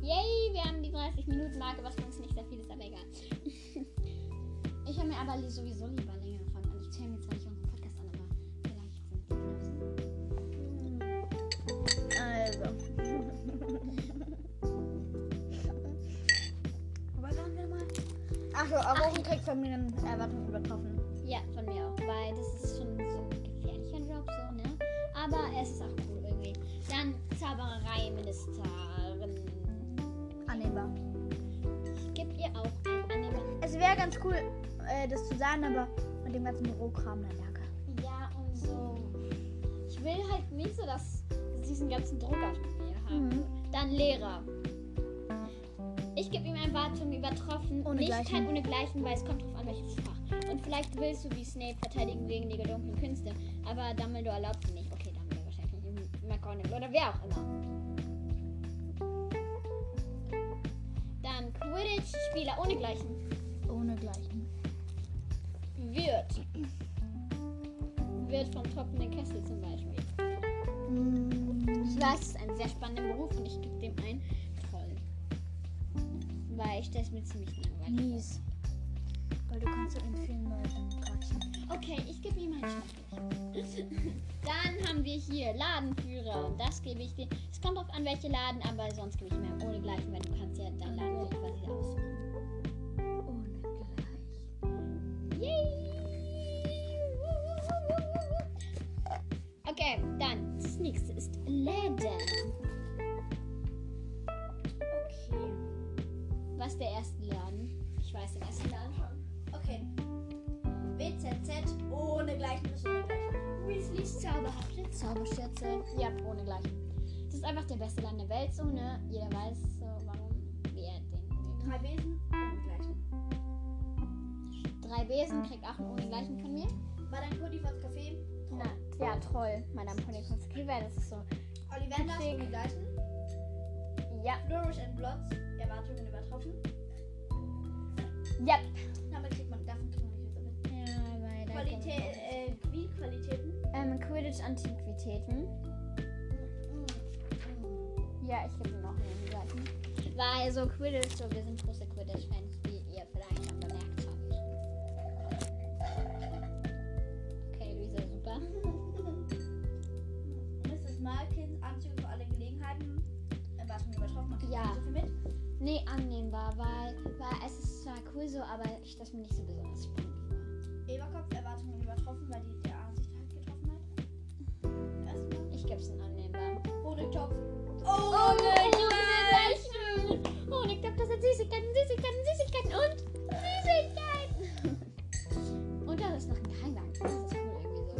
Yay, wir haben die 30-Minuten-Marke, was für uns nicht sehr viel ist, aber egal. ich höre mir aber li- sowieso lieber längere Folgen an. Ich zähle mir zwar nicht unseren Podcast an, aber vielleicht sind die Knipsen.
Also. Was waren wir mal? Achso, Auroren kriegt Familienerwartungen übertroffen.
Ja, von mir auch, weil das ist schon so ein gefährlicher Job, so, ne? Aber es ist auch cool irgendwie. Dann Zaubereiministerin.
Annehmbar.
Ich gebe ihr auch ein Anime.
Es wäre ganz cool, äh, das zu sagen, aber mit dem ganzen Bürokram, na danke.
Ja, und so. Ich will halt nicht so, dass sie diesen ganzen Druck auf mir haben.
Mhm.
Dann Lehrer. Ich gebe ihm Erwartungen übertroffen.
Ohne
nicht
Gleichen.
kein ohnegleichen, weil es kommt drauf an, welches Fach. Und vielleicht willst du wie Snape verteidigen gegen die dunklen Künste. Aber Dumbledore erlaubt es nicht. Okay, Dumbledore wahrscheinlich. nicht. McGonagall oder wer auch immer. Dann Quidditch-Spieler ohnegleichen
Ohne Gleichen.
wird. Wird vom trockenen Kessel zum Beispiel. Ich weiß, es ist ein sehr spannender Beruf und ich gebe dem ein voll. Weil ich das mir ziemlich langweilig.
Mies. Weil du kannst so in vielen Leuten quatschen.
Okay, ich gebe ihm ein Schwächlich. Dann haben wir hier Ladenführer und das gebe ich dir. Es kommt drauf an, welche Laden, aber sonst gebe ich mir ohne gleichen, weil du kannst ja deinen Laden dir quasi aussuchen.
Ohne Gleichen.
Okay, dann das nächste ist Läden.
Okay.
Was ist der erste Laden? Ich weiß den ersten Laden.
Okay. WZZ ohne Gleichnis ohne Gleichnis.
Weasleys zauberhafte Zauberschätze. Ja, ohne gleichen. Das ist einfach der beste Land der Welt, so, ne? Jeder weiß so, warum wir den.
Drei Besen ohne Gleichnis.
Drei Besen kriegt auch einen ohne gleichen von mir.
Madame Cody von Café.
Na, ja, toll. Madame Pony von Skriver, das ist so.
Ollivander
Schick.
ohne Gleichnis.
Ja,
Flourish and Blotz. Erwartungen übertroffen.
ja.
Damit kriegt man, davon kriegt man Hilfe mit.
Ja, weil da
Qualität,
kommt-
äh, wie Qualitäten?
Ähm, Quidditch Antiquitäten. Ja, ich gebe ihm auch einen gleichen. Weil so also Quidditch, so, wir sind große Quidditch-Fans, wie ihr vielleicht schon bemerkt habt. Okay, Luisa, super.
Mrs. Malkins, Anzüge für alle Gelegenheiten. Erwartungen übertroffen, man kriegt
Ja.
nicht so viel mit.
Nee, annehmbar, weil, weil es ist zwar cool so, aber ich das mir nicht so besonders spannend
Eberkopf, Erwartungen übertroffen, weil die der Arm sich halt getroffen hat. Erstmal.
vor. Ich gebe es ein annehmbar.
Honigtopf.
Oh
Oh,
nein, ohne Leichen! Oh, ich glaube, das sind Süßigkeiten, Süßigkeiten, Süßigkeiten und Süßigkeiten! Und da ist noch ein Geheimgang. Das ist cool irgendwie so.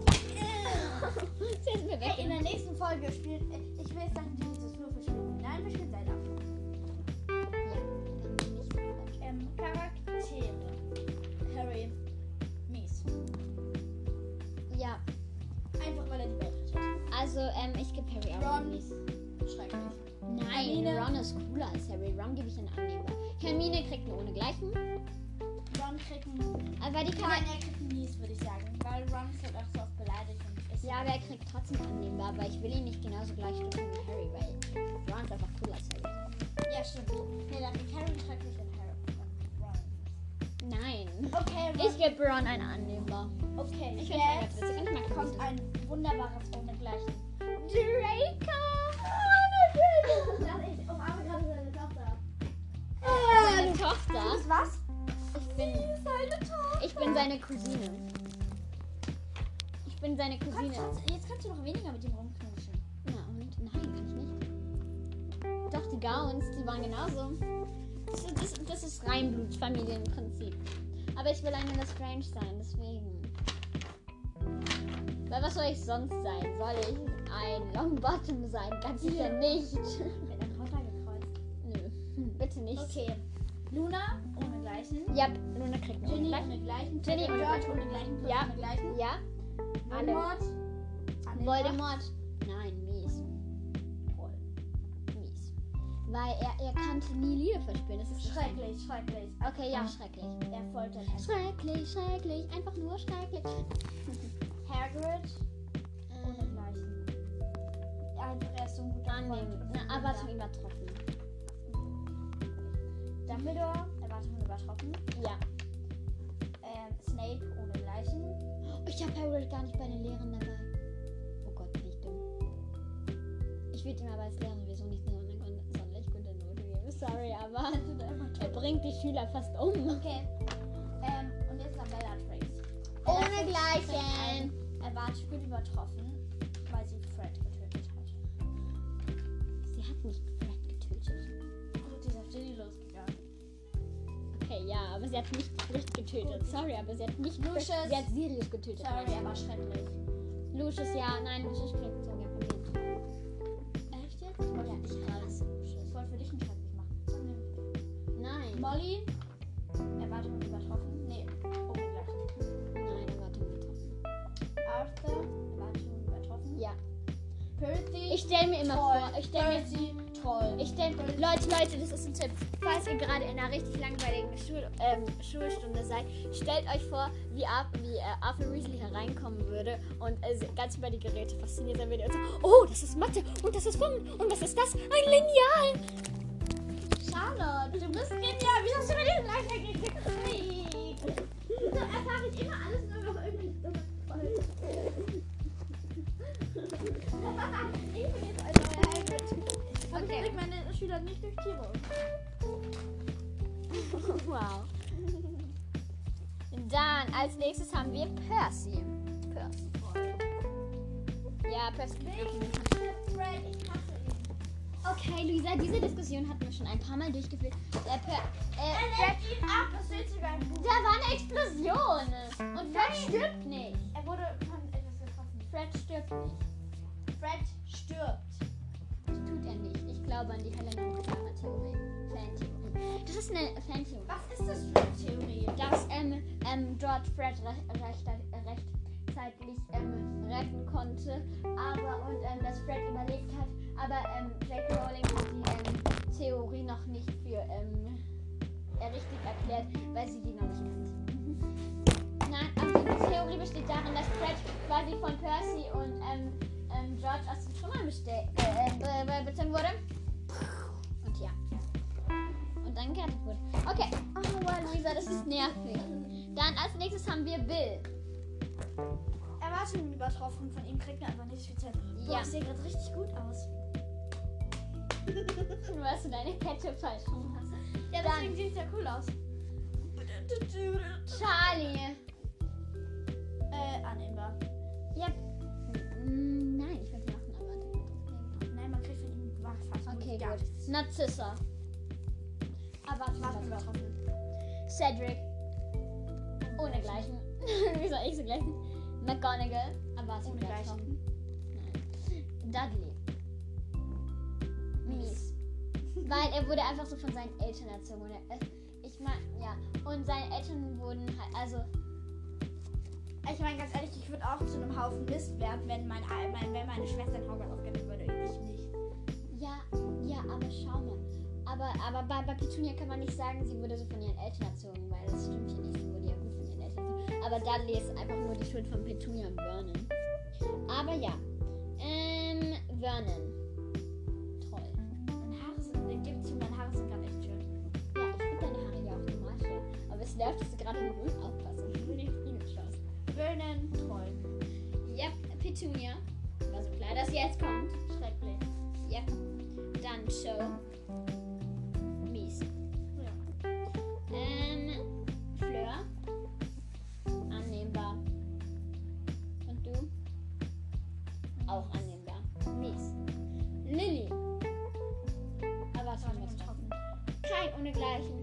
Nice. Jetzt sind wir
Hey, in
weg.
der nächsten Folge spielt. Ich will jetzt sagen, dieses Würfelspiel. Nein, wir spielen Zelda. Ähm, Charaktere. Harry. Mies.
Ja,
Einfach weil er die Welt rettet.
also ähm, ich gebe Harry auch
Ron.
Ron.
Schrecklich.
Nein,
Hermine.
Ron ist cooler als Harry. Ron gebe ich einen Annehmer. Hermine kriegt einen ohnegleichen.
Ron kriegt ein.
Aber die kann halt
Nein, er kriegt ein Mies, würde ich sagen. Weil Ron ist halt auch so oft beleidigt und ist. halt-
Ja, aber er kriegt trotzdem annehmbar, aber ich will ihn nicht genauso gleich stufen wie Harry, weil Ron ist einfach cooler als Harry.
Ja, stimmt. Nee, dann kriegt Harry schrecklich und Harry. und Ron.
Nein.
Okay, und
Ich gebe Ron eine annehmbar.
okay.
Ich finde es
jetzt
witzig und ich mag
kommt
Draco.
ein wunderbares ohnegleichen.
Oh,
Ich umarme gerade seine Tochter.
Seine Tochter.
Das was?
Ich bin,
Seine Tochter.
ich bin seine Cousine. Ich bin seine
Kannst,
Cousine.
kannst, jetzt kannst du noch weniger mit ihm rumknutschen.
Na und? Nein, kann ich nicht. Doch, die Gauns, die waren genauso. Das, ist- das, das ist Reinblutsfamilienprinzip. Aber ich will eine Lestrange sein, deswegen. Weil was soll ich sonst sein? Soll ich ein Longbottom sein? Ganz sicher nicht.
Mit einem Rotter gekreuzt.
Nö, hm, bitte nicht.
Okay. Luna ohnegleichen.
Ja, Luna kriegt
Mhm. Ginny
eine
ohnegleichen.
Ginny
George ohnegleichen. Percy
Ja.
ohnegleichen.
Ja, Alle.
Voldemort.
Voldemort. Nein, mies.
Voll.
Mies. Weil er, er kannte nie Liebe verspüren. Das ist
Schrecklich, schrecklich.
Okay, ja, schrecklich.
Er foltert halt Harry.
Schrecklich, schrecklich, einfach nur schrecklich. Äh,
Hagrid Ähm. ohnegleichen. Einfach er ist so ein guter
annehmen.
Freund.
Eine Erwartung übertroffen.
Dumbledore, Erwartung übertroffen.
Ja.
Ähm, Snape ohnegleichen.
Ich habe Harold gar nicht bei den Lehrern dabei. Oh Gott, bin ich dumm. Ich würde ihm aber als Lehrer sowieso nicht so eine gon- sonderlich gute Note geben. Sorry, aber er bringt die Schüler fast um.
Okay. Ähm, und jetzt noch Bellatrix.
Ohnegleichen.
Erwartung wird übertroffen, weil sie Fred getötet hat.
Sie hat nicht Fred getötet.
Gut, die ist auf Ginny Also losgegangen.
Okay, ja, aber sie hat nicht Fred getötet. Sorry, aber sie hat nicht
Lucius.
Fred- Sie hat Sirius getötet.
Sorry, er war schrecklich.
Lucius, ja, nein, Lucius kriegt sogar von mir.
Echt jetzt? Ich wollte dich gerade. Ich wollte für dich einen schrecklich machen.
Nein.
Molly. Erwartung übertroffen. Nee, ohnegleichen.
Nein, Erwartung getroffen.
Arthur, Erwartungen übertroffen.
Ja.
Percy,
Ich stelle mir immer
Troll.
vor, ich stelle mir.
Percy, Troll.
Ich stell, Leute, Leute, das ist ein Tipp. Falls ihr gerade in einer richtig langweiligen Schul, ähm, Schulstunde seid, stellt euch vor, wie, Ar wie äh, Arthur Weasley hereinkommen würde und äh, ganz über die Geräte fasziniert sein würde. Und so, oh, das ist Mathe und das ist Formeln und was ist das? Ein Lineal!
Charlotte, du bist genial. Wieso hast du mir den Leiter gekriegt? Wieso erfahre ich immer alles nur noch irgendwie so Ich bin jetzt ein neuer Hagrid. Und
Okay.
okay. kriegt meine Schüler nicht durch Timo.
Wow. Dann, als nächstes haben wir Percy. Percy. Ja, Percy.
Fred, ich hasse ihn.
Okay, Luisa, diese Diskussion hatten wir schon ein paar Mal durchgeführt. Äh, per, äh,
Er lenkt ihn ab, das fühlt sich wie ein Buch.
Da war eine Explosion. Und Fred stirbt nicht.
Er wurde von etwas getroffen.
Fred stirbt nicht.
Fred stirbt.
Das tut er nicht. Ich glaube an die Helena und Clara Theorie. Fantheorie. Das ist eine Fantheorie.
Was ist das für eine Theorie?
Dass ähm, ähm, George Fred re recht, rechtzeitig ähm, retten konnte. Aber und ähm, dass Fred überlebt hat. Aber ähm, J.K. Rowling hat die ähm, Theorie noch nicht für ähm, richtig erklärt, weil sie die noch nicht kannte. Nein, aber die Theorie besteht darin, dass Fred quasi von Percy und ähm, ähm, George aus dem Trümmern bestell- äh, äh, be- be- bezogen wurde. Und ja. Und dann gerettet wurde. Okay. Oh, wow, Luisa, das ist nervig. Dann als nächstes haben wir Bill.
Erwartungen übertroffen. Von ihm kriegt man einfach nicht viel Zeit. Boah,
Ja.
ich sehe gerade richtig gut aus.
Nur, dass du deine Kette falsch rum hast.
Ja,
Dann-
deswegen sieht es ja cool aus.
Charlie.
Äh, annehmbar.
Ja. Mm, Nein, ich würde machen, aber.
Nein, man kriegt von ihm wa- fast
Okay,
gar
gut.
nichts.
Narzissa. Aber
Erwartungen
was
übertroffen.
Cedric. Ohnegleichen. Wie soll ich so gleich? McGonagall. Aber was
Ohnegleichen.
Dudley. Mies. Weil er wurde einfach so von seinen Eltern erzogen. Und er, äh, ich meine, ja. Und seine Eltern wurden halt, also,
Ich meine, ganz ehrlich, ich würde auch zu einem Haufen Mist werden, wenn, mein, mein, wenn meine Schwester in Hogwarts aufgeben würde. Ich nicht.
ja, ja, aber schau mal. Aber, aber bei, bei Petunia kann man nicht sagen, sie wurde so von ihren Eltern erzogen, weil das stimmt hier nicht. Sie wurde ja gut von ihren Eltern erzogen. Aber Dudley ist einfach nur die Schuld von Petunia und Vernon. Aber ja. Ähm, Vernon. Toll.
Meine Haare sind, äh, gib zu, meine Haare sind gerade echt schön.
Ja, ich finde deine Haare ja auch normal schön. Aber es Es nervt, dass du gerade im Grün aufpasst. und du nicht Grün schaust.
Vernon, toll.
Yep, Petunia. War so klar, dass sie jetzt kommt.
Schrecklich.
Yep. Dann Show. Mies. Ähm, Fleur. Annehmbar. Und du? Auch annehmbar. Mies. Lilly. Erwartung
Warte,
jetzt
mal.
Kein ohnegleichen.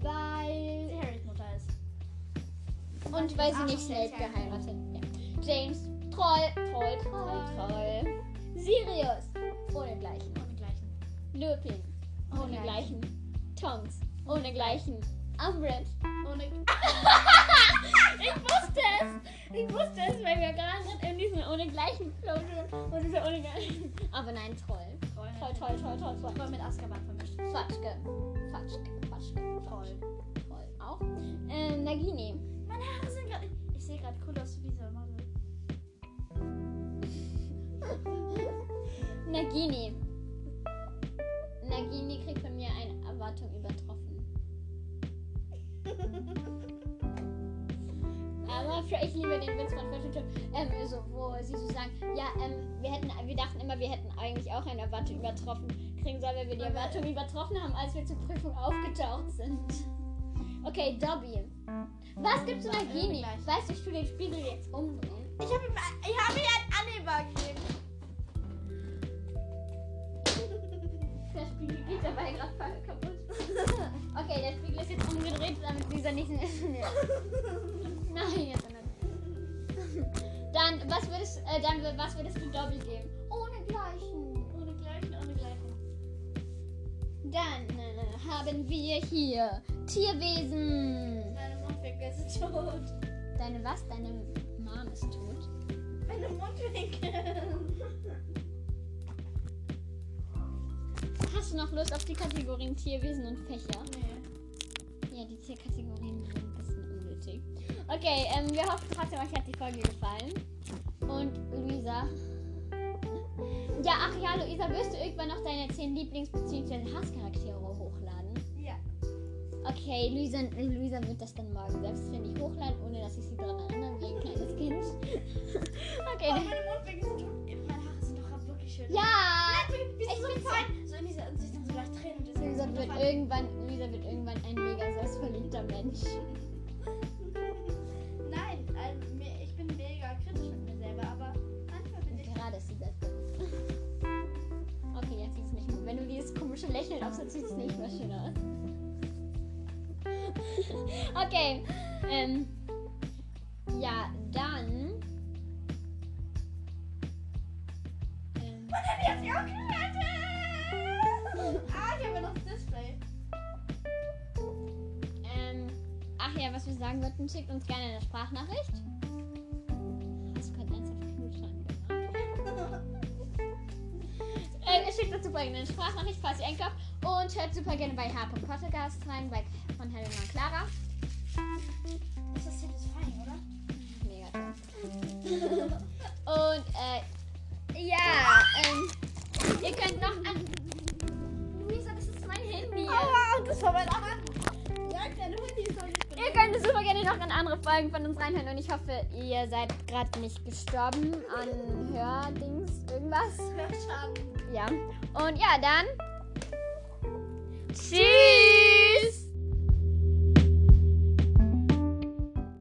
Weil.
Harrys Mutter ist.
Und weil sie
Ach,
nicht schnell
ja.
geheiratet. Ja. James. Troll. Troll, Troll, Troll. Sirius. Ohnegleichen.
Ohne gleichen.
Lupin. Oh Ohnegleichen. Tonks. Ohnegleichen. Umbridge.
Ohne.
Ich wusste es! Ich wusste es, weil wir gerade in diesem ohnegleichen Flow sind. Und dieser ohnegleichen. Aber nein, Troll.
Toll.
Troll, Troll, Troll, Troll, Troll.
Voll mit Azkaban vermischt.
Fatschke. Fatschke. Fatschke.
Toll.
Troll auch. Ähm, Nagini.
Meine Haare sind gerade. Ich sehe gerade cool aus wie so ein Model.
Nagini. Nagini kriegt von mir eine Erwartung übertroffen. Aber für, ich liebe den Witz von Fashion Show, ähm, so, wo sie so sagen, ja, ähm, wir, hätten, wir dachten immer, wir hätten eigentlich auch eine Erwartung übertroffen kriegen sollen, weil wir die Erwartung übertroffen haben, als wir zur Prüfung aufgetaucht sind. Okay, Dobby. Was gibt's zu Nagini? Weißt du, ich tu den Spiegel jetzt umdrehen.
Ich habe ihm, ich habe ihm einen Anheber gegeben.
Der Spiegel geht dabei gerade voll kaputt. Okay, der Spiegel ist jetzt umgedreht, damit dieser nicht mehr. Nein, jetzt nicht. Dann, was würdest, äh, dann, was würdest du Dobby geben? Ohne Gleichen.
Ohne gleichen, ohne gleichen.
Dann äh, haben wir hier Tierwesen.
Meine Mundwinkel sind tot.
Deine was? Deine Mom ist tot.
Meine Mundwinkel.
Hast du noch Lust auf die Kategorien Tierwesen und Fächer?
Nee.
Ja, die Tierkategorien sind ein bisschen unnötig. Okay, ähm, wir hoffen trotzdem, euch hat die Folge gefallen. Und Luisa. Ja, ach ja, Luisa, wirst du irgendwann noch deine 10 Lieblings- bzw. Hasscharaktere hochladen?
Ja.
Okay, Luisa, Luisa wird das dann morgen selbstständig hochladen, ohne dass ich sie daran erinnere, wie ein kleines Kind. Okay,
Oh,
dann-
meine Mundwinkel sind tot. Meine Haare sind doch gerade wirklich schön.
ja!
Wir
Ich
sind so
bin
fein. So in dieser und sie sind so leicht Tränen. und deswegen
Luisa
sind wir
wird
fein.
irgendwann, Luisa wird irgendwann ein mega selbstverliebter Mensch.
Nein, ähm, mir- ich bin mega kritisch mit mir selber, aber manchmal bin ich.
Gerade ist sie selbstbewusst. Okay, jetzt sieht es nicht mehr. Wenn du dieses komische Lächeln aufsetzt, sieht es nicht mehr schön aus. okay. Ähm, ja, dann. Ähm,
Und dann jetzt die Augenklappe! Ah, ich habe noch das Display.
ähm, ach ja, was wir sagen wollten, schickt uns gerne eine Sprachnachricht. Hast du gerade ernsthaft genau. Knutschland gemacht? Äh, ihr schickt uns super gerne eine Sprachnachricht, falls ihr einkauft. Und hört super gerne bei Harp und Podcast rein, bei von Helena und Clara.
Ist das satisfying, oder?
Mega toll. und, äh, ja, ähm, ihr könnt noch an. Luisa, das ist mein Handy.
Aua, das war mein Hand. Sag deine Hunde, ich soll nicht
Ihr könnt super gerne noch in andere Folgen von uns reinhören und ich hoffe, ihr seid gerade nicht gestorben an Hördings, irgendwas.
benutzen. Schaden.
Ja. Und ja, dann. Tschüss!